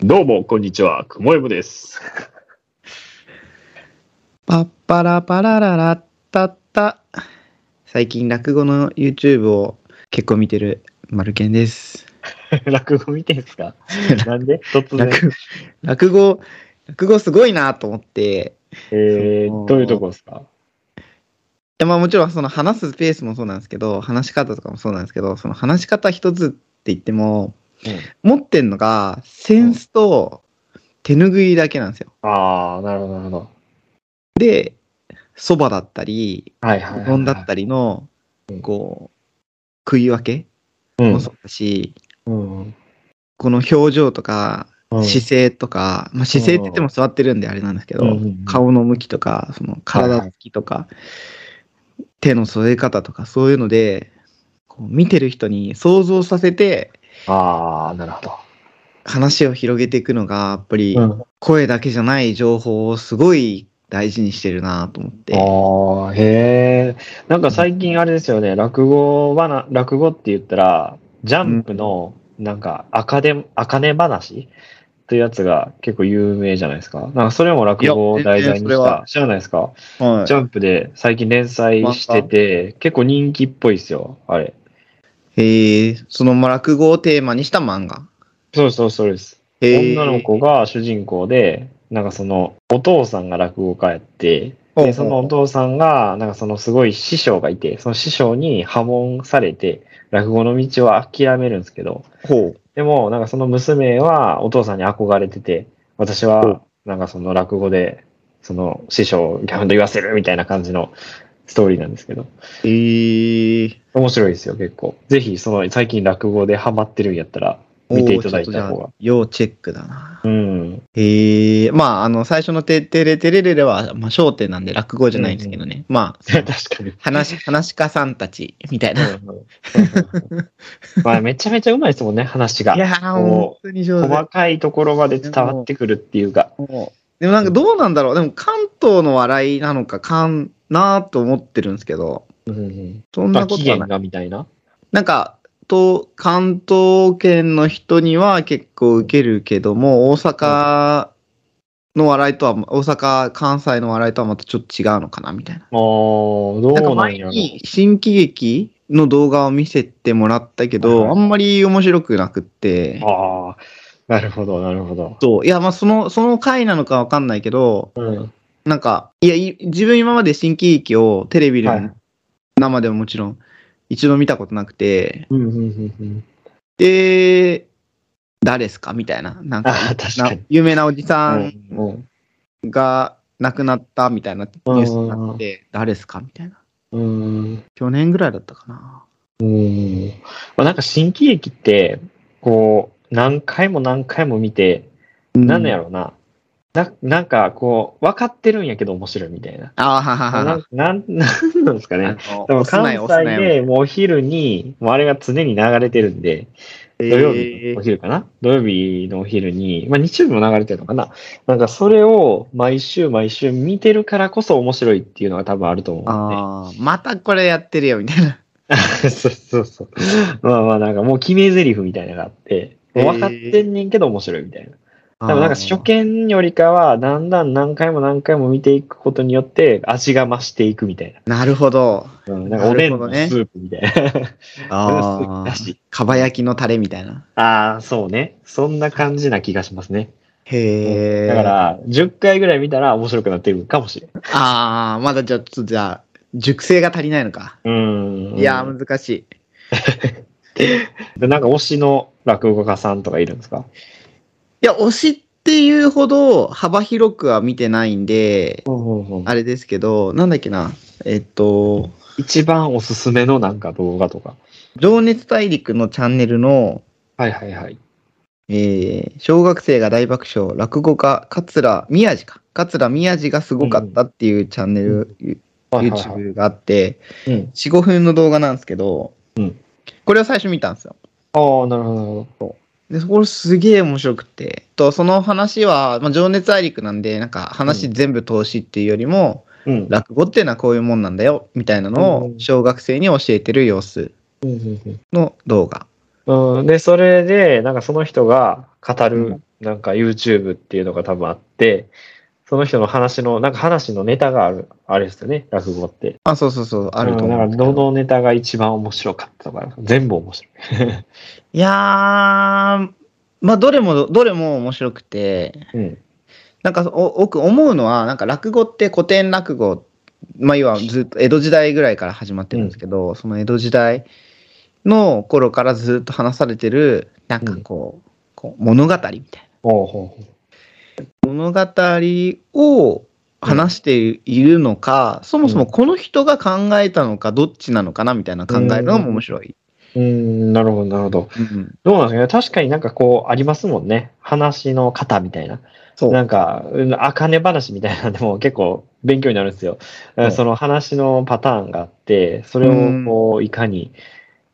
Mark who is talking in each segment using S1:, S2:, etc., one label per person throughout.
S1: どうも、こんにちは。くもえむです。
S2: パッパラパラララッタッタ。最近落語の YouTube を結構見てるマルケンです。
S1: 落語見てんす かなんで突然。
S2: 落落語、落語すごいなと思って、
S1: え
S2: そ
S1: ー、
S2: う
S1: どういうとこですか
S2: いやまあもちろんその話すスペースもそうなんですけど、話し方とかもそうなんですけど、その話し方一つって言っても、持ってんのがセンスと手拭いだけなんですよ。
S1: ああ、なるほど、なるほど。
S2: で、そばだったり、
S1: はいはいは
S2: う
S1: い。
S2: どんだったりの
S1: うん、
S2: こう、食い分
S1: う
S2: け
S1: ん
S2: もそうだし、
S1: うん。
S2: この表情とか、
S1: うん
S2: 姿勢とか、まあ、姿勢って言っても座ってるんであれなんですけど、
S1: うんうん
S2: 顔の向きとか、その体の向きとか、手の添え方とか、そういうので、こう見てる人に想像させて、
S1: ああ、なるほど。
S2: 話を広げていくのが、やっぱり
S1: うん
S2: 声だけじゃない情報をすごい大事にしてるなと思って。
S1: ああ、へえ。なんか最近あれですよね、落語はな、落語って言ったら、ジャンプの、なんか、あかで、あかね話というやつが結構有名じゃないですか。なんかそれも落語を題材に
S2: いや全
S1: し
S2: 然それ
S1: た
S2: は。
S1: 知らないですか
S2: はい
S1: ジャンプで最近連載してて、結構人気っぽいですよ、あれ。
S2: えー、そのまあ落語をテーマにした漫画。
S1: そうそうそうです。
S2: えー
S1: 女の子が主人公で、なんかその、お父さんが落語家やって、
S2: ほうほ
S1: で、
S2: う
S1: そのお父さんが、なんかそのすごい師匠がいて、その師匠に破門されて、落語の道を諦めるんですけど、
S2: ほう。
S1: でも、なんかその娘はお父さんに憧れてて、私
S2: ほ
S1: は
S2: う、
S1: なんかその落語で、その師匠をギャフンと言わせるみたいな感じのストーリーなんですけど。
S2: えー、
S1: 面白いですよ、結構。ぜひ、その、最近落語でハマってるんやったら、見ていただいた方
S2: おーちょっとじゃ
S1: が
S2: あ。要チェックだな。
S1: うん。
S2: ええまあ、あの、最初のて、てれてれれれは、まあ、焦点なんで落語じゃないんですけどね。まあ、
S1: 確かに。
S2: 話、 話し家さんたち、みたいな。
S1: まあ、めちゃめちゃうまいですもんね、話が
S2: い。やー、本当に上手。
S1: 細かいところまで伝わってくるっていうか。
S2: もうでもなんかどうなんだろう。でも関東の笑いなのか、かんなーと思ってるんですけど、
S1: うん。
S2: そん
S1: まあ、
S2: なこ
S1: 期
S2: とは
S1: 限
S2: ない。
S1: がみたいな。
S2: なんか、と、関東圏の人には結構受けるけども、大阪の笑いとは、大阪、関西の笑いとはまたちょっと違うのかな、みたいな。
S1: ああ、どう
S2: なんか
S1: なん
S2: 前
S1: やろ。
S2: に新喜劇の動画を見せてもらったけ
S1: はい
S2: ど、
S1: は
S2: あ
S1: い
S2: んまり面白くなくって、
S1: ああ、なるほど、なるほど。
S2: そういや、まあその、その回なのかわかんないけど、
S1: うん。
S2: なんか、いや、い自分今まで新喜劇をテレビでも、
S1: はい
S2: 生でももちろん一度見たことなくて、
S1: うん、うん、うんうん。
S2: で、誰ですかみたいな、なんか
S1: ああ、確かに
S2: な。有名なおじさ
S1: うんん
S2: が亡くなったみたいなニュースになって、誰ですかみたいな。
S1: うん。うん。
S2: 去年ぐらいだったかな。
S1: うん。まあ、なんか新喜劇って、こう、何回も何回も見て、なんなんや
S2: ろ
S1: ろうな。な、なんかこう、分かってるんやけど面白いみたいな。
S2: ああ、はははは
S1: な。ん、なん、なんなんですかね。
S2: あの
S1: でも
S2: 押す
S1: 関
S2: なよ押
S1: 西
S2: すなよ
S1: でもうお昼に、もうあれが常に流れてるんで、
S2: 土
S1: 土曜日のお昼かな、土曜日のお昼に、まあ日曜日も流れてるのかななんかそれを毎週毎週見てるからこそ面白いっていうのが多分あると思うんで。
S2: ああ、またこれやってるよ、みたいな。
S1: そうそうそう。まあまあなんかもう決め台詞みたいなのがあって、もう分かってんねんけど面白いみたいな。 多分なんか初見よりかは、だんだん何回も何回も見ていくことによって味が増していくみたいな。
S2: なるほど。
S1: うん、なんかおでんの
S2: なるほど
S1: ス
S2: ね
S1: ープみたいな。スー
S2: あ
S1: プだ
S2: あ
S1: し、
S2: かば焼きのタレみたいな。
S1: ああ、そうね。そんな感じな気がしますね。
S2: へえ。
S1: だか、ら、10回ぐらい見たら面白くなってるかもしれん。
S2: ああ、まだじゃあ、ちょっとじゃあ、熟成が足りないのか。
S1: うん。
S2: いやー、難しい。
S1: でなんか推しの落語家さんとかいるんですか
S2: いや、推しっていうほど幅広くは見てないんで、あれですけど、なんだっけな、えっと、
S1: 一番おすすめのなんか動画とか。
S2: 情熱大陸のチャンネルの、
S1: はいはいはい。
S2: えー小学生が大爆笑、落語家、桂宮治か。桂宮治がすごかったっていうチャンネル、
S1: はいはいはい
S2: YouTube があって、
S1: うん。
S2: 4、5分の動画なんですけど、
S1: うん
S2: これを最初見たんですよ。
S1: ああ、なるほどなるほ
S2: で、これすげえ面白くて。と、その話は、まあ、情熱大陸なんで、なんか話全部投資っていうよりも、
S1: ど。うん。
S2: 落語っていうのはこういうもんなんだよ、みたいなの
S1: う
S2: を
S1: ん
S2: 小学生に教えてる様子
S1: うんうんうん
S2: の動画。
S1: うん、で、それで、なんかその人が語
S2: う
S1: る
S2: ん、
S1: なんか YouTube っていうのが多分あって、その人の話の、なんか話のネタがある、あれですよね、落語って。
S2: あ、そうそうそう、あると思
S1: う
S2: うんんで
S1: だか
S2: すけ
S1: ら
S2: ど。
S1: どのネタが一番面白かったとか、全部面白い。
S2: いやー、まあ、どれも、どれも面白くて、
S1: うん。
S2: なんかお僕思うのはなんか落語って古典落語まあ要はずっと江戸時代ぐらいから始まってるんですけど、その江戸時代の頃からずっと話されてるなんかこう,、こう物語みたい
S1: ほうほう
S2: な物語を話しているのか、そもそもこの人が考えたのかどっちなのかなみたいな考えるのも面白い。
S1: ほう。うん、なるほど、なるほど。
S2: うん
S1: どうなんですかね確かになんかこう、ありますもんね。話の型みたいな。
S2: そう
S1: なんか、うんあかね話みたいなのでも結構勉強になるんですよ。
S2: うん
S1: その話のパターンがあって、それをこういかに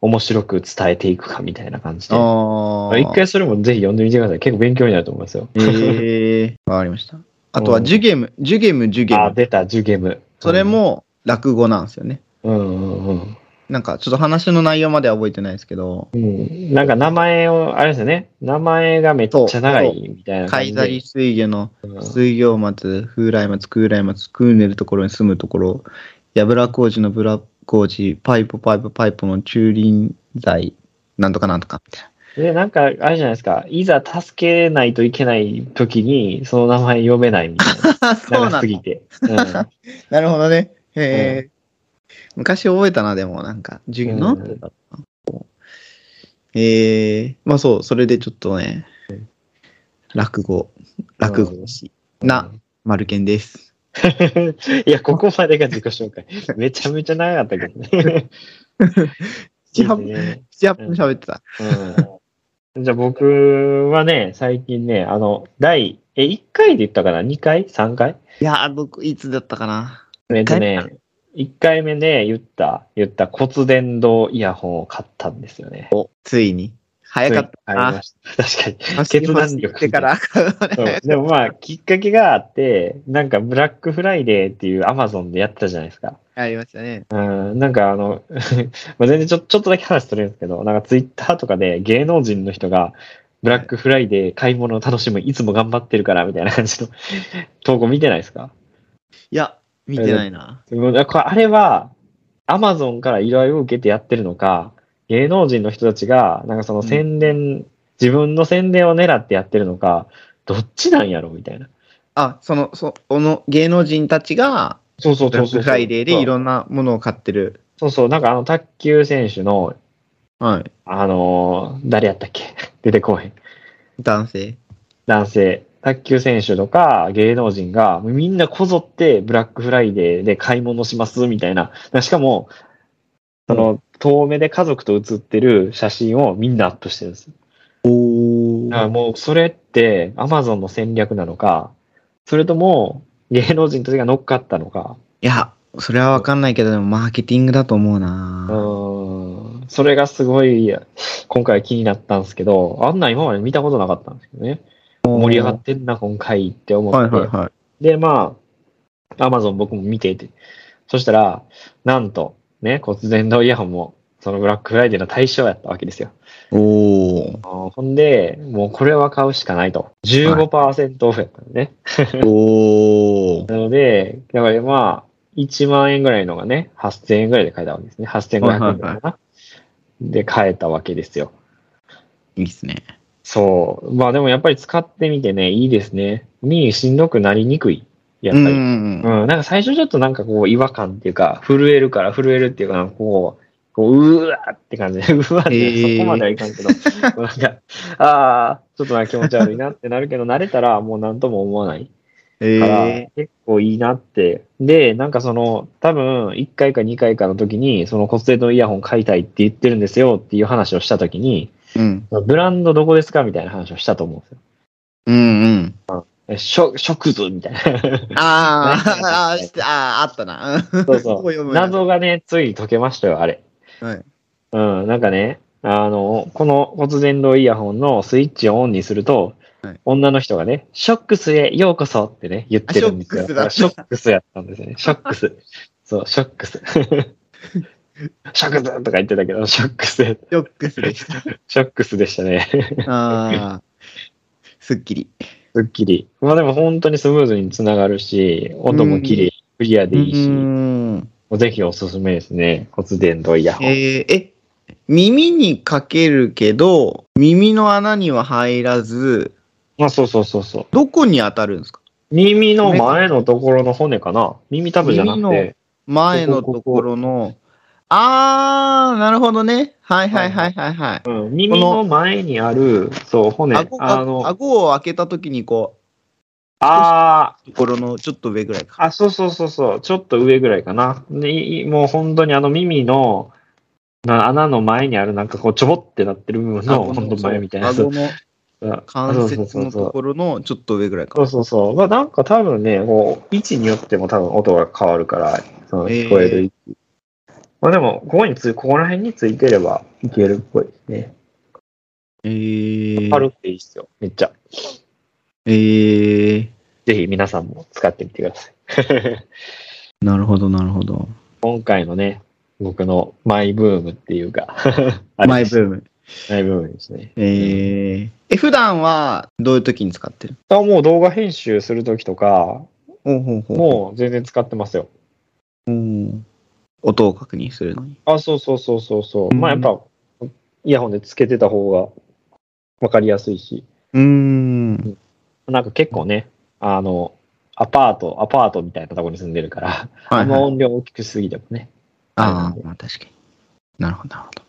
S1: 面白く伝えていくかみたいな感じで。
S2: あー
S1: 一回それもぜひ読んでみてください。結構勉強になると思いますよ。
S2: えー、わかりました。あと
S1: う
S2: は
S1: ん
S2: ジュゲム、ジュゲム、ジュゲ
S1: あ、
S2: ム。
S1: 出た、ジュゲム。
S2: それも落語なんですよね。
S1: うん、うんうん
S2: なんかちょっと話の内容までは覚えてないですけど、
S1: うん、うん。なんか名前を、あれですよね。名前がめっちゃ長いみたいな感
S2: 海
S1: じで。
S2: り水魚の
S1: うん
S2: 水魚松、風来松、空来松、空寝るところに住むところ、やぶら工事のぶら工事、パイプパイプパイプの駐輪剤、なんとかなんとかみ たいな。
S1: で、なんか、あれじゃないですか。いざ助けないといけない時に、その名前読めないみたいな。
S2: あ、 そう
S1: 長
S2: なんだ
S1: す。ぎて。うん
S2: なるほどね。へえ、昔覚えたな、でもなんか、授業
S1: うん
S2: の、なんて言うんだろうなこうええまあそう、それでちょっとね、落語、落語し、 な、丸剣です。
S1: いや、ここまでが自己紹介。めちゃめちゃ長かったけどね。
S2: 七八分、
S1: ね
S2: 七八分喋ってた。
S1: うん、じゃあ僕はね、最近ね、あの、第、え、1回で言ったかな ?2 回 ?3 回
S2: いやー、僕、いつだったかな。
S1: えっとね、1回目で言った、言った骨伝導イヤホンを買ったんですよね。
S2: ついに。早かった
S1: 買い
S2: な
S1: ま。した。確かに。
S2: 走り
S1: 決断力
S2: 走ってから。
S1: そうでもまあ、きっかけがあって、なんかブラックフライデーっていうアマゾンでやってたじゃないですか。
S2: ありましたね。
S1: うんなんかあの、 まあ全然ちょちょっとだけ話取れるんですけど、なんかツイッターとかで芸能人の人が、ブラックフライデー買い物を楽しむ、いつも頑張ってるから、みたいな感 じの投稿見てないですか
S2: いや、見てないな。
S1: でもなんかあれは、アマゾンから依頼を受けてやってるのか、芸能人の人たちが、なんかその宣伝、自分の宣伝を狙ってやってるのか、どっちなんやろみたいな。
S2: あ、その、そこの芸能人たちが、
S1: そうそう
S2: ブラックフライデーでいろんなものを買ってる。
S1: そうそう、なんかあの卓球選手の、
S2: はい。
S1: あのー誰やったっけ 出てこへん。
S2: 男性。
S1: 男性、卓球選手とか芸能人がみんなこぞってブラックフライデーで買い物しますみたいな。しかも、その、遠目で家族と写ってる写真をみんなアップしてるんです。
S2: お
S1: だから。もうそれってアマゾンの戦略なのか、それとも芸能人たちが乗っかったのか、
S2: いや、それはわかんないけど、でもマーケティングだと思う
S1: う
S2: な。
S1: ーん、それがすごい今回気になったんですけど、あんなん今まで見たことなかったんですけどね。盛り上がってんな今回って思
S2: はい
S1: って
S2: はい、はい。
S1: で、まあ、アマゾン僕も見てて。そしたら、なんと、ね、骨伝導イヤホンも、そのブラックフライデーの対象やったわけですよ。
S2: おー。
S1: あーほんで、もうこれは買うしかないと。15%オフやったのね。
S2: おー。
S1: なので、だからまあ、1万円ぐらいのがね、8000円ぐらいで買えたわけですね。8500円ぐらいかな。で、買えたわけですよ。
S2: いいっすね。
S1: そう。まあでもやっぱり使ってみてね、いいですね。耳しんどくなりにくい。やっ
S2: う
S1: ぱり。
S2: ん。
S1: うん、なんか最初ちょっとなんかこう違和感っていうか、震えるから震えるっていうかなんかこう、こう、うわーって感じ で、うわーって、
S2: へー
S1: そこまではいかんけど、こうなんか、あー、ちょっとなんか気持ち悪いなってなるけど、慣れたらもう何とも思わない
S2: え
S1: から、
S2: え
S1: 結構いいなって。で、なんかその、多分1回か2回かの時に、その骨伝導イヤホン買いたいって言ってるんですよっていう話をした時に、
S2: ー。うん。
S1: ブランドどこですかみたいな話をしたと思うんですよ
S2: うんうん。
S1: え。しょ食図みたいな。
S2: あ
S1: ないから
S2: ーあ
S1: 絶
S2: ー、
S1: 対
S2: してあー、あったな。
S1: そう
S2: ここ
S1: そ
S2: 読む
S1: う。
S2: んや
S1: 謎がね、ついに解けましたよ、あれ。
S2: はい
S1: うん、なんかね、あの、この骨伝導イヤホンのスイッチをオンにすると、
S2: はい
S1: 女の人がね、ショックスへようこそってね、言ってるんですよ。
S2: あショッ
S1: ショ
S2: クスだった
S1: ックスやったん ですよね。ショックス。そう、ショックス。ショックスとか言ってたけど、ショックス、
S2: ショックスでした。
S1: ショックスでしたね。
S2: ああ。すっきり。
S1: すっきり。まあでも本当にスムーズにつながるし、音も綺麗、クリアでいいし、
S2: う
S1: も
S2: ん
S1: うぜひおすすめですね。骨伝導イヤホン。
S2: えーえ、耳にかけるけど、耳の穴には入らず、
S1: まあそうそうそうそう。
S2: どこに当たるんですか
S1: 耳の前のところの骨かな耳たぶじゃなく
S2: 耳
S1: て、
S2: 前の
S1: こことここ
S2: ころの、あー、なるほどね。はいはいはいはいはい。
S1: うん耳の前にある、そう、骨、あ
S2: 顎が
S1: の、
S2: 顎を開けたときにこ
S1: あ
S2: う、ところのちょっと上ぐらいか。
S1: ーあ、そうそうそうそう、ちょっと上ぐらいかな。でいいもう本当にあの耳のな穴の前にあるなんかこうちょぼってなってる部分の
S2: 顎
S1: 本当前みたいな。
S2: 顎の
S1: そう
S2: 関
S1: そう
S2: 節
S1: そう
S2: の
S1: そ
S2: と
S1: う
S2: ころのちょっと上ぐらい
S1: そ
S2: か
S1: う。そうそう。まあなんか多分ね、こう、位置によっても多分音が変わるから、その聞こえる位置。まあでも、ここにつ、ここら辺についてればいけるっぽいですね。
S2: えー、
S1: 軽くていいっすよ。めっちゃ。
S2: えー、
S1: ぜひ皆さんも使ってみてください。
S2: なるほどなるほど。
S1: 今回のね、僕のマイブームっていうか、 あれ
S2: マイ
S1: です
S2: ブーム。
S1: マイブームですね。
S2: えー、え、普段はどういう時に使ってる
S1: あもう動画編集するときとか、
S2: ほうほうほ
S1: もう全然使ってますよ。
S2: う。うん音を確認するのに。
S1: あ、そうそうそうそうそう。
S2: うん
S1: まあやっぱ、イヤホンでつけてた方がわかりやすいし、
S2: うーん。
S1: なんか結構ね、あの、アパート、アパートみたいなとこに住んでるから、
S2: は
S1: あ
S2: い、
S1: の
S2: はい。
S1: 音量大きくしすぎてもね。
S2: ああ、まあ確かに。なるほど、なるほど。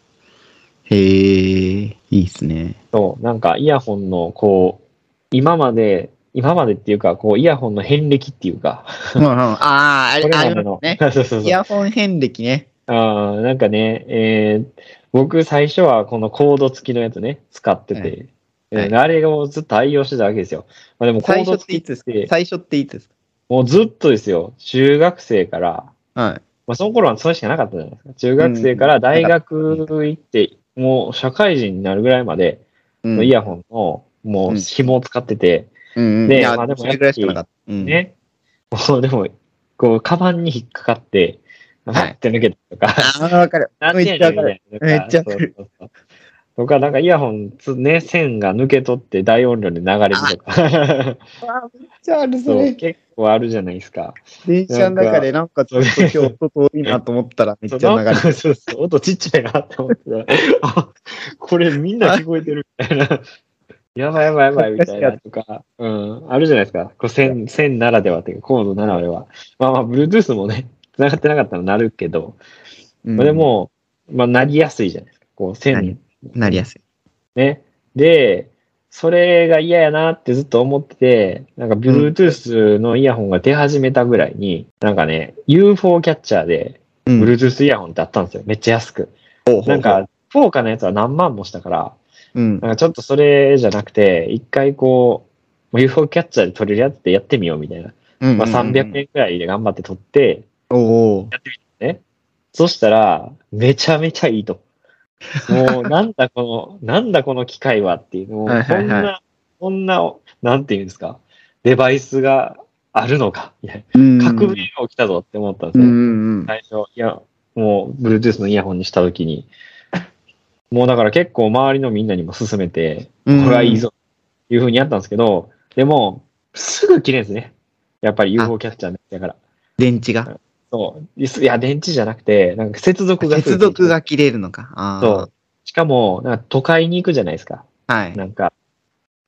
S2: へえ、いいで すね。
S1: そう、なんかイヤホンの、こう、今まで、今までっていうか、こう、イヤホンの遍歴っていうか、
S2: うんうんああ、あ
S1: こ
S2: れ
S1: れ
S2: あ
S1: ま
S2: り
S1: で
S2: ます
S1: の、
S2: ね
S1: 。そうそうそう
S2: イヤホン遍歴ね。
S1: あーなんかね、えー僕最初はこのコード付きのやつね、使ってて、
S2: はい
S1: え
S2: はい
S1: ーあれをずっと愛用してたわけですよ。まあ、でもコ
S2: 最
S1: ー
S2: 初
S1: ド
S2: って
S1: 付
S2: い
S1: き
S2: つですか
S1: って、
S2: 最初っていつです
S1: もうずっとですよ、中学生から、
S2: かはい。
S1: まあ、その頃はそれしかなかったじゃないですか。中学生から大学行って、もう社会人になるぐらいまで、
S2: うん
S1: イヤホンのもう紐を使ってて、
S2: うんうん、
S1: で
S2: いや、
S1: まあでも
S2: それぐらいしかなかった。うん、
S1: ね、もうでも、こう、カバンに引っかかって、
S2: はい
S1: パッて抜けたとか、
S2: ああ、わかる。
S1: なんて
S2: め
S1: や
S2: っち
S1: ねん
S2: ゃわかる。
S1: みたいな
S2: めっちゃわかる
S1: そうそうそう僕はなんかイヤホンつ、ね、線が抜け取って大音量で流れると か、
S2: めっちゃある、そ
S1: そう
S2: れ。
S1: 結構あるじゃないですか。
S2: 電車の中でなんかちょっと今日音遠いなと思ったらめっちゃ流れる。
S1: そうそうそう音ちっちゃいなって思ってた あこれみんな聞こえてるみたいな。 やばいやばいやばいみたいなとか、うん、あるじゃないですか。こう線、線ならではっていうか、コードならでは。まあまあ、Bluetooth もね、繋がってなかったらなるけど、
S2: うん
S1: まあでも、まあ、なりやすいじゃないですか。こう、
S2: な
S1: 線
S2: りなりやすい。
S1: ね。で、それが嫌やなってずっと思ってて、なんか Bluetooth のイヤホンが出始めたぐらいに、なんかね、UFO キャッチャーで
S2: う
S1: Bluetooth イヤホンってあったんですよ。めっちゃ安く。なんか、フォーカのやつは何万もしたから、
S2: うん
S1: なんかちょっとそれじゃなくて、一回こう、もう UFO キャッチャーで取れるやつでやってみようみたいな。
S2: うん
S1: まあ、300。円くらいで頑張って取って、
S2: おお。
S1: そしたら、めちゃめちゃいいと。もう、なんだこの、 なんだこの機械はっていう、もう、こ
S2: はいはいはい
S1: んな、こんな、なんていうんですか、デバイスがあるのか、みたいな。革命が起きたぞって思ったんです
S2: うん
S1: ね。
S2: うんうん。
S1: 最初、いや、もう、Bluetooth のイヤホンにしたときに、もうだから結構周りのみんなにも勧めて、
S2: こ
S1: これはいい。ぞ、いうふうにやったんですけど、でも、すぐ切れんですね。やっぱり UFO キャッチャーだから。
S2: 電池が。
S1: そう。いすいや、電池じゃなくて、なんか接続がすぐ切れ
S2: 接
S1: て。
S2: 続が切れるのか。ああ。
S1: そう。。しかも、なんか都会に行くじゃないですか。
S2: はい。
S1: なんか、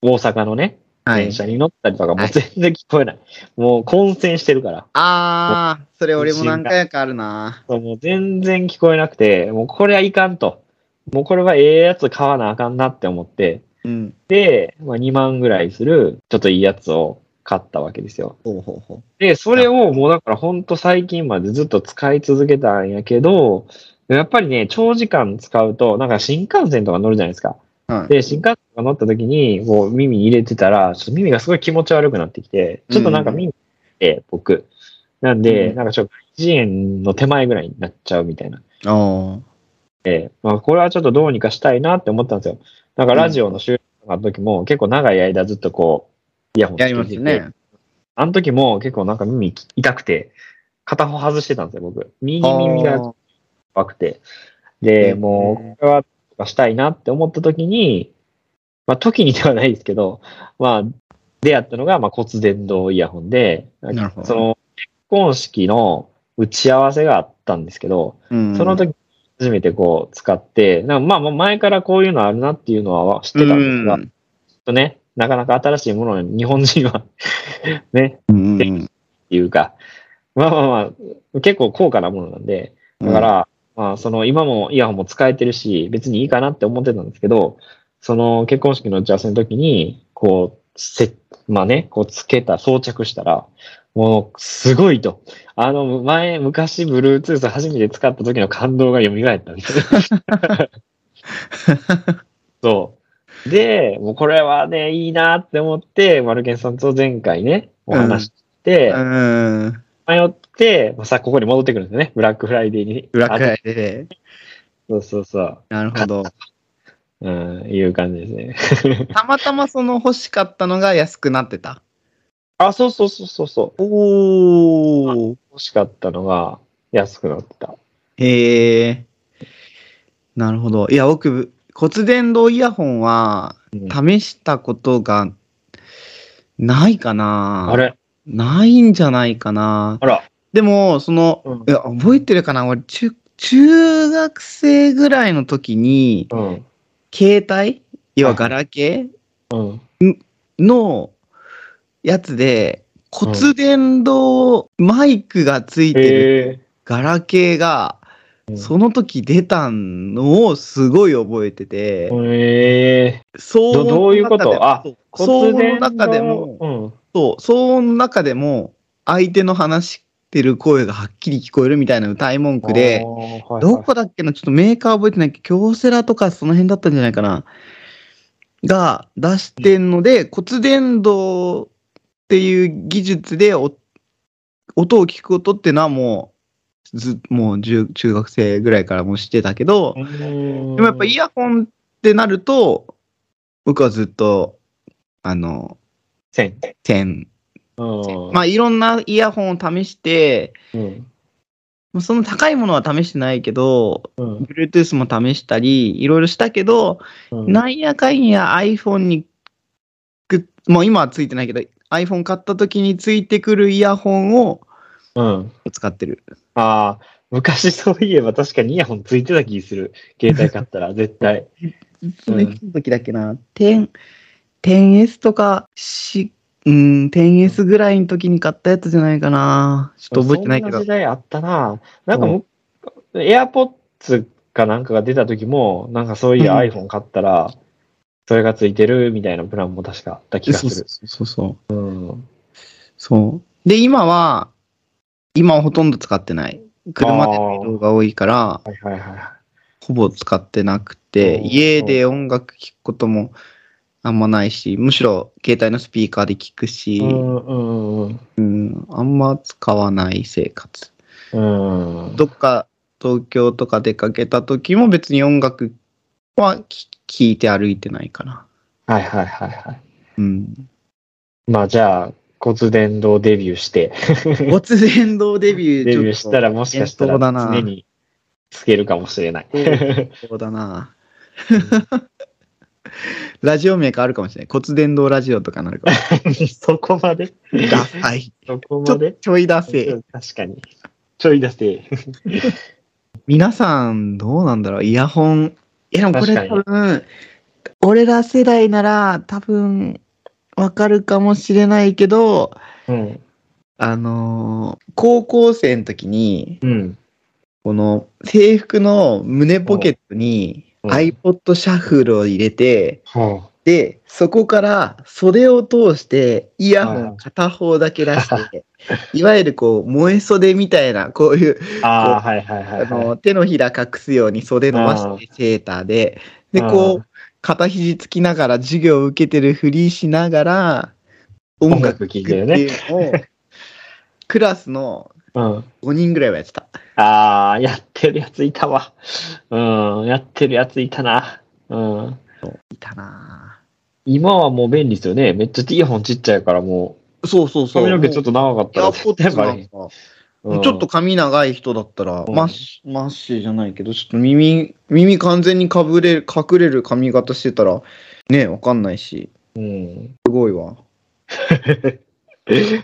S1: 大阪のね、
S2: はい
S1: 電。車に乗ったりとか、も
S2: は
S1: う
S2: い
S1: 全然聞こえない。もう混戦してるから。
S2: ああ、それ俺も何回かあるな。
S1: そうもう全然聞こえなくて、もうこれはいかんと。もうこれはええやつ買わなあかんなって思って、
S2: うん。
S1: で、まあ、2万ぐらいする、ちょっといいやつを買ったわけですよ。
S2: ほうほうほ
S1: で、それをもうだからほんと最近までずっと使い続けたんやけど、やっぱりね、長時間使うと、なんか新幹線とか乗るじゃないですか。
S2: う。はい。
S1: で、新幹線が乗った時に、こう耳に入れてたら、ちょっと耳がすごい気持ち悪くなってきて、ちょっとなんか耳で、僕。なんで、
S2: うん
S1: なんかちょっと1円の手前ぐらいになっちゃうみたいな。
S2: ああ。
S1: まあ、これはちょっとどうにかしたいなって思ったんですよ。なんかラジオの収録の時も、結構長い間ずっとこう、イヤホンつけ
S2: や
S1: て
S2: り
S1: て
S2: ますね。
S1: あの時も結構なんか耳痛くて、片方外してたんですよ、僕。右耳が
S2: あ
S1: 怖くて。で、
S2: うん
S1: もう、これはどうかしたいなって思った時に、まあ、時にではないですけど、まあ、出会ったのが、まあ、骨伝導イヤホンで、
S2: なるほど
S1: その、結婚式の打ち合わせがあったんですけど、
S2: うん
S1: その時、初めてこう、使って、なんかまあ、もう前からこういうのあるなっていうのは知ってたんですが、
S2: う
S1: ちょっ
S2: ん
S1: とね、なかなか新しいものに日本人は、 ね、
S2: うんうん
S1: っていうか、まあまあまあ、結構高価なものなんで、だから、まあ、その今もイヤホンも使えてるし、別にいいかなって思ってたんですけど、その結婚式の打ち合わせの時に、こう、せ、まあね、こうつけた、装着したら、もう、すごいと。あの、前、昔、Bluetooth 初めて使った時の感動が蘇ったみたいな。 そう。で、もうこれはね、いいなって思って、マルケンさんと前回ね、お話しして、
S2: うん。
S1: 迷って、まあ、さここに戻ってくるんですよね。ブラックフライデーに。
S2: 裏く
S1: あ
S2: らいで。
S1: そうそうそう。
S2: なるほ ど。
S1: うん、いう感じですね。
S2: たまたまその欲しかったのが安くなってた。
S1: あ、そうそうそうそうそう。
S2: おー。
S1: 欲しかったのが安くなってた。
S2: へえ。なるほど。いや、僕、骨伝導イヤホンは
S1: うん
S2: 試したことがないかな。
S1: あれ
S2: ないんじゃないかな。
S1: あら。
S2: でも、その、
S1: うん
S2: いや、覚えてるかな俺、中、中学生ぐらいの時に、
S1: うん。
S2: 携帯要は
S1: は
S2: ガ
S1: い
S2: ラケ
S1: うん。
S2: ーのやつで、骨伝導マイクがついてる
S1: へえ
S2: ガラケーが、
S1: うん
S2: その時出たのをすごい覚えてて、
S1: へえ
S2: 騒
S1: どどういうことあ
S2: そう
S1: 骨
S2: 騒音の
S1: 伝導
S2: 中でも、
S1: うん。
S2: そう、騒音の中でも、相手の話してる声がはっきり聞こえるみたいな歌い文句で
S1: あ、ー、はいはい
S2: どこだっけなちょっとメーカー覚えてないけど、京セラとかその辺だったんじゃないかなが出してんので、骨伝導っていう技術でお音を聞くことっていうのはもう、ずもう中中学生ぐらいからもう知ってたけど、
S1: う
S2: で
S1: ん
S2: もやっぱイヤホンってなると、僕はずっと、あの、
S1: 線。
S2: 1000。
S1: うん。
S2: まあいろんなイヤホンを試して、
S1: うん。
S2: もうその高いものは試してないけど、
S1: うん。
S2: Bluetooth も試したり、いろいろしたけど、
S1: うん
S2: なんやかんや iPhone にく、もう今はついてないけど、iPhone 買った時についてくるイヤホンを
S1: うん。
S2: 使ってる。
S1: ああ、昔そういえば確かにイヤホンついてた気する。携帯買ったら、絶対。
S2: それいつの時だっけな、10、10S とか、し、うん、10S ぐらいの時に買ったやつじゃないかな。ちょっと覚えてないけ
S1: そんな
S2: ど
S1: 時。代あったな。なんかもう、AirPods かなんかが出た時も、なんかそういう
S2: うん
S1: iPhone 買ったら、それがついてるみたいなプランも確かあった気がす
S2: そう
S1: る。
S2: そうそうそう。
S1: うん。
S2: そう。で、今は、今はほとんど使ってない。車での移動が多いから、
S1: はいはいは
S2: ほぼ使ってなくて、
S1: うん
S2: 家で音楽聴くこともあんまないし、むしろ携帯のスピーカーで聴くし、
S1: い。う
S2: うん
S1: んうん
S2: あんま使わない生活。
S1: うん。うん。
S2: どっか東京とか出かけた時も別に音楽は聴いて歩いてないかな。
S1: はいはいはいはい。
S2: うん。
S1: まあじゃあ、骨伝導デビューして、
S2: 没伝導デビュー
S1: デビューしたらもしかしたら
S2: 幻想だ
S1: 常
S2: な
S1: につけるかもしれない。
S2: そうだな。ラジオ名変わるかもしれない。骨伝導ラジオとかなるかもし
S1: そこまで
S2: れない。ダサい。
S1: そこ
S2: ち
S1: ま
S2: ょ
S1: で
S2: ちょいダセー
S1: 確かに。ちょい出せ。
S2: 皆さんどうなんだろうイヤホン。いや、でもこれ
S1: 確か
S2: 多
S1: に
S2: 分、俺ら世代なら多分わかるかもしれないけど、
S1: うん。
S2: あのー高校生の時に、
S1: うん。
S2: この制服の胸ポケットに
S1: うん
S2: iPod シャッフルを入れて、
S1: は
S2: で、そこから袖を通してイヤホン片方だけ出 して、いわゆるこう燃え袖みたいな、こういう
S1: あ、ああ、はいはいはい、
S2: あ
S1: はい。
S2: の手のひら隠すように袖伸ばしてセーターで、で、
S1: うん
S2: こう、片肘つきながら授業を受けてるふりしながら、音
S1: 音
S2: 楽
S1: 楽
S2: 聴
S1: 聴
S2: い
S1: い
S2: て
S1: て
S2: る
S1: る
S2: ね
S1: ね。
S2: クラスの
S1: うん。
S2: 5人ぐらいはやってた。
S1: ああ、やってるやついたわ。うん、やってるやついたな。うん。
S2: いたな
S1: 今はもう便利ですよね。めっちゃイヤホンちっちゃいからも
S2: ぁそうそう
S1: う、
S2: そう。
S1: 髪の毛ちょっと長かった
S2: も
S1: ら
S2: う、エアポッツなんか、ちょ
S1: うん
S2: っと髪長い人だったら、
S1: うん
S2: マッシュ、マッシュじゃないけど、ちょっと耳、耳完全にかぶれる、隠れる髪型してたら、ねわかんないし、
S1: うん。
S2: すごいわ。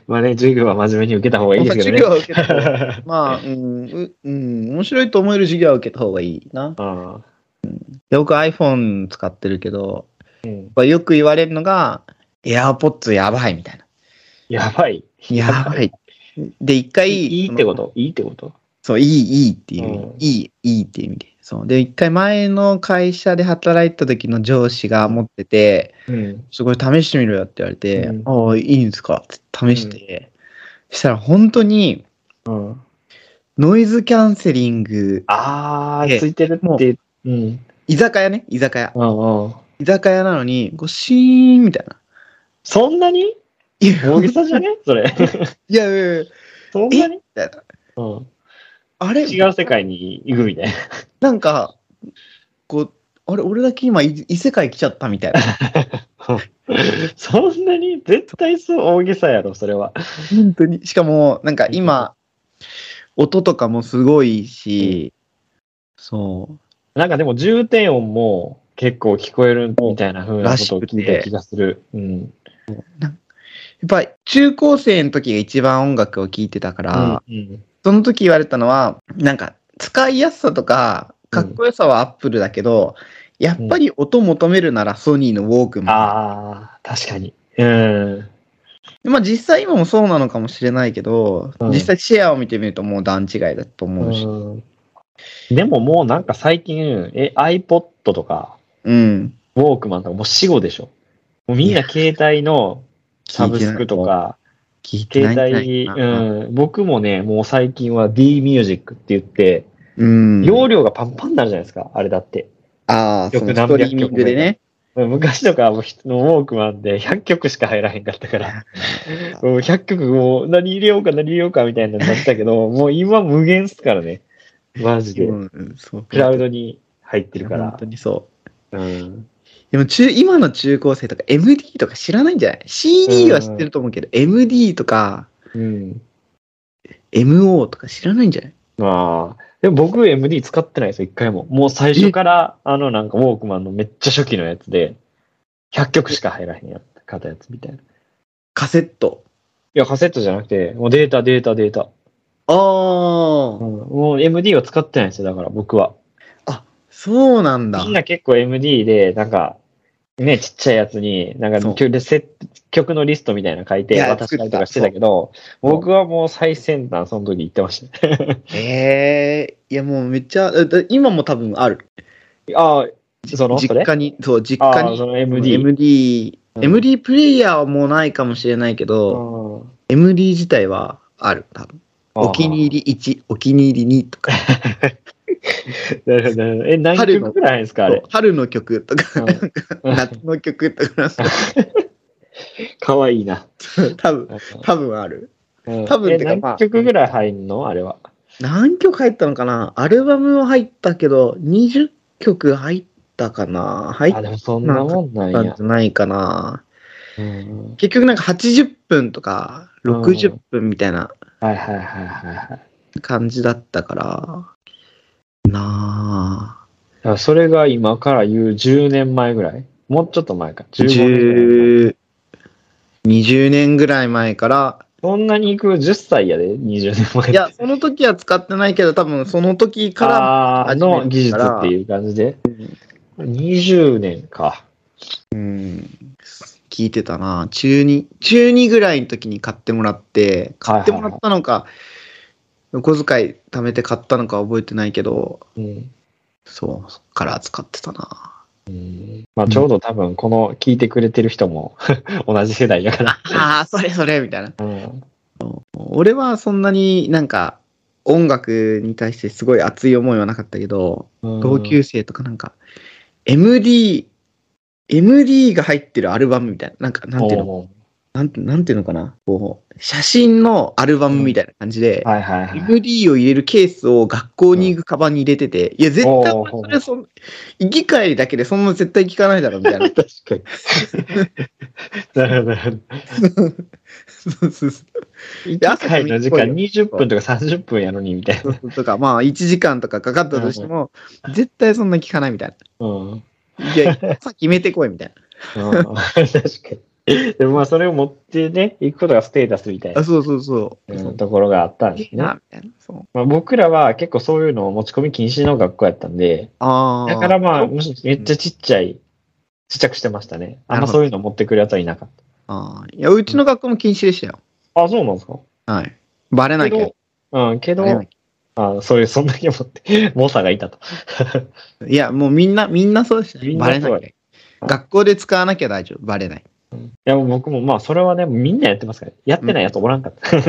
S1: まあね、授業は真面目に受けた方がいいですけ
S2: 授業
S1: どね。
S2: は受けた方が まあ、うん、ううん、面白いと思える授業は受けた方がいいな。
S1: あ
S2: よく iPhone 使ってるけど、
S1: あうん、
S2: よく言われるのが、AirPods やばいみたいな。
S1: やばい。
S2: やばい。で、一
S1: い
S2: 回、
S1: いいいってこといいってこと
S2: そう、いい、いいっていう、
S1: うん
S2: いい、いいっていう意味で。そう。で、一回前の会社で働いた時の上司が持ってて、
S1: うん。
S2: すごい試してみろよって言われて、
S1: うん
S2: ああ、いいんですかって試して、したら本当に
S1: うん、
S2: ノイズキャンセリング、
S1: ああ、
S2: ええ
S1: ついてる
S2: も
S1: って。うん。
S2: 居酒屋ね、居酒屋。
S1: うんうん。
S2: 居酒屋なのに、こうシーンみたいな。
S1: そんなに
S2: いや、
S1: 大げさじゃねそ れ。
S2: いやいやいやみ
S1: そんなに
S2: たいな。
S1: うん。
S2: あれ
S1: 違う世界に行くみたいな。
S2: なんか、こう、あれ、俺だけ今異異世界来ちゃったみたいな。
S1: そんなに絶対そう大げさやろ、それは。
S2: 本当に。しかも、なんか今、音とかもすごいし、そ
S1: なんかでも重点音も結構聞こえるみたいな風なことを聞いた気がする。うん。
S2: う。やっぱ中高生の時が一番音楽を聴いてたから、
S1: うん
S2: その時言われたのは、なんか使いやすさとか、かっこよさはアップルだけど、やっぱり音求めるならソニーのウォークマン。
S1: ああ、確かに。うん。
S2: まあ実際今もそうなのかもしれないけど、
S1: うん
S2: 実際シェアを見てみるともう段違いだと思うし。
S1: うんでももうなんか最近、え、iPod とか、
S2: うん。
S1: ウォークマンとかもう死後でしょ。もうみんな携帯のサブスクとか、
S2: 聞いて
S1: 携
S2: ないな。
S1: 帯、
S2: うん。
S1: うん。僕もね、もう最近は D ミュージックって言って、
S2: うん、
S1: 容量がパンパンになるじゃないですか、あれだって。
S2: ああ、
S1: よ
S2: そ
S1: く
S2: のス
S1: 何
S2: ト
S1: 百
S2: リーミングでね。
S1: 昔とかはもうひウォークマンで100曲しか入らへんかったから、うん100曲もう何入れようか何入れようかみたいなのになったけど、 もう今無限っすからね。マジで
S2: う。んうん、そう。
S1: クラウドに入ってるか
S2: 本
S1: ら
S2: 当。にそ
S1: うん。
S2: う。でも中、今の中高生とか MD とか知らないんじゃない ?CD は知ってると思うけど、MD とか
S1: うん。
S2: MO とか知らないんじゃない
S1: まあ、でも僕 MD 使ってないですよ、一回も。もう最初から、あのなんかウォークマンのめっちゃ初期のやつで、100曲しか入らへんやったかったやつみたいな。い
S2: カセット。
S1: や、カセットじゃなくて、もうデータ、データ、データ。
S2: あ
S1: う
S2: あ、
S1: ん、もう MD は使ってないんですよ、だから僕は。
S2: そうなんだ
S1: みん。な結構 MD で、なんか、ね、ちっちゃいやつに、なん
S2: そう
S1: か、曲でセ曲のリストみたいなの書い
S2: い
S1: て
S2: や
S1: 渡したりとかしてたけど、
S2: そう
S1: 僕はもう最先端、その時行ってました。
S2: へえ、いやもうめっちゃ、だだ今も多分ある。
S1: ああ、その、そ
S2: 実
S1: れ
S2: 家に、そう、実
S1: あ
S2: 家
S1: あ、そ
S2: に。
S1: の MD。
S2: MD、
S1: うん
S2: MD プレイヤーはもうないかもしれないけど、
S1: うん
S2: MD 自体はある、多分。お気に入り1、お気に入り2とか、
S1: なるほどなるほど。え、何曲ぐらいあるんですか、あれ。
S2: 春の曲とか、
S1: うん
S2: 夏の曲と か、
S1: かわいいな。
S2: 多分、多分ある。
S1: うん
S2: 多分
S1: え
S2: てかまあ
S1: 何曲ぐらい入んのあれは。
S2: 何曲入ったのかなアルバムは入ったけど、20曲入ったかな入っ
S1: あ、でもそんなもんなん
S2: たん
S1: や
S2: じ。ゃないかな
S1: うん
S2: 結局なんか80分とか、
S1: うん
S2: 60分みたいな
S1: はいはいはいはいはい。
S2: 感じだったから、なあ
S1: だからそれが今から言う10年前ぐらいもうちょっと前か。15年ぐらい前。
S2: 10 20年ぐらい前から、
S1: そんなに行く10歳やで、20年前。
S2: いや、その時は使ってないけど、多分その時から、
S1: あーの技術っていう感じで。20年か。
S2: うん聞いてたな中2中2ぐらいの時に買ってもらって買ってもらったのか、お小遣い貯めて買ったのか覚えてないけど
S1: うん
S2: そうそっから使ってたな
S1: まあ、ちょうど多分この聞いてくれてる人も 同じ世代だから。
S2: ああそれそれみたいな
S1: うん
S2: 俺はそんなになんか音楽に対してすごい熱い思いはなかったけど同級生とかなんか MD MD が入ってるアルバムみたいななんかなんていうの
S1: お
S2: なんてなんていうのかなこう写真のアルバムみたいな感じで
S1: ー、はいはいはい。
S2: MD を入れるケースを学校に行くカバンに入れてて、いや、絶対
S1: お
S2: 俺
S1: ー。
S2: それそん、行き帰りだけでそんな絶対聞かないだろ、みたいな
S1: 確かに。 なるほどなるほど。
S2: そうそうそ
S1: 1回の時間20分とか30分やのにみたいな。
S2: うとか、まあ、1時間とかかかったとしても、絶対そんな聞かないみたい
S1: うん
S2: な。いや、さ決めてこい、みたい
S1: う
S2: な。
S1: ん確かに。でもまあそれを持ってね、行くことがステータスみたい
S2: あ、
S1: な、
S2: そうそうそう。
S1: うんところがあったんです
S2: いい
S1: ね。
S2: な、みたいな。そう。
S1: まあ、僕らは結構そういうのを持ち込み禁止の学校やったんで、
S2: ああ。
S1: だからまあ、むしろめっちゃちっちゃい、ちっちゃくしてましたね。あん
S2: な
S1: ま
S2: るほど
S1: そういうの持ってくるやつはいなかっ
S2: あーいや、うちの学校も禁止でしたよ。
S1: た。あ、そうなんですか
S2: はい。バレな
S1: け
S2: いけど
S1: ど。、うん、け
S2: バレな
S1: ど
S2: い、
S1: あそういう、そんだけ持って、 猛者がいたと。
S2: いや、もうみんな、みんなそうでしたね
S1: みんな
S2: バレな
S1: そう
S2: い
S1: だ。
S2: 学校で使わなきゃ大丈夫。バレない。
S1: いや、もう僕もまあ、それはね、みんなやってますから、やってないやつおらんか った。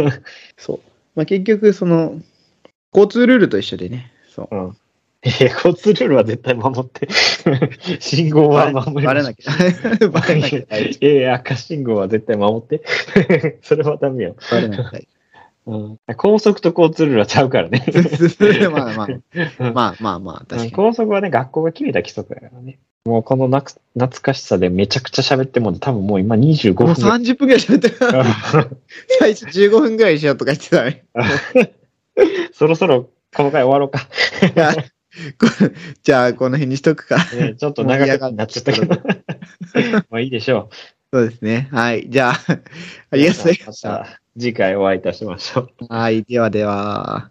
S2: そう。まあ、結局、その、交通ルールと一緒でね。そう。
S1: いや交通ルールは絶対守って、 信号は守り
S2: バレなきゃ。バレな きゃ大丈
S1: いやいや、赤信号は絶対守って。 それはダメよ。
S2: 夫。 バレなきゃ大
S1: うん、高速と交通ルールはちゃうからね。
S2: 丈夫。まあまあ。まあまあまあ、
S1: うん
S2: 確かに。
S1: 高速はね、学校が決めた規則だからね。もうこのなく懐かしさでめちゃくちゃ喋ってもね、多分もう今25
S2: も
S1: 分
S2: う
S1: ぐらい。
S2: 30分ぐらい喋ってる。最初15分ぐらいにしようとか言ってた ね。
S1: そろそろこの回終わろうか。
S2: いやこれじゃあ、この辺にしとくか。
S1: ねちょっと長くなっちゃったけど。 まあいいでしょ
S2: そうですね。はい。じゃあ、あ
S1: う。
S2: りがとうございまし
S1: ま
S2: た。
S1: た次回お会いいたしましょう。
S2: はい。ではでは。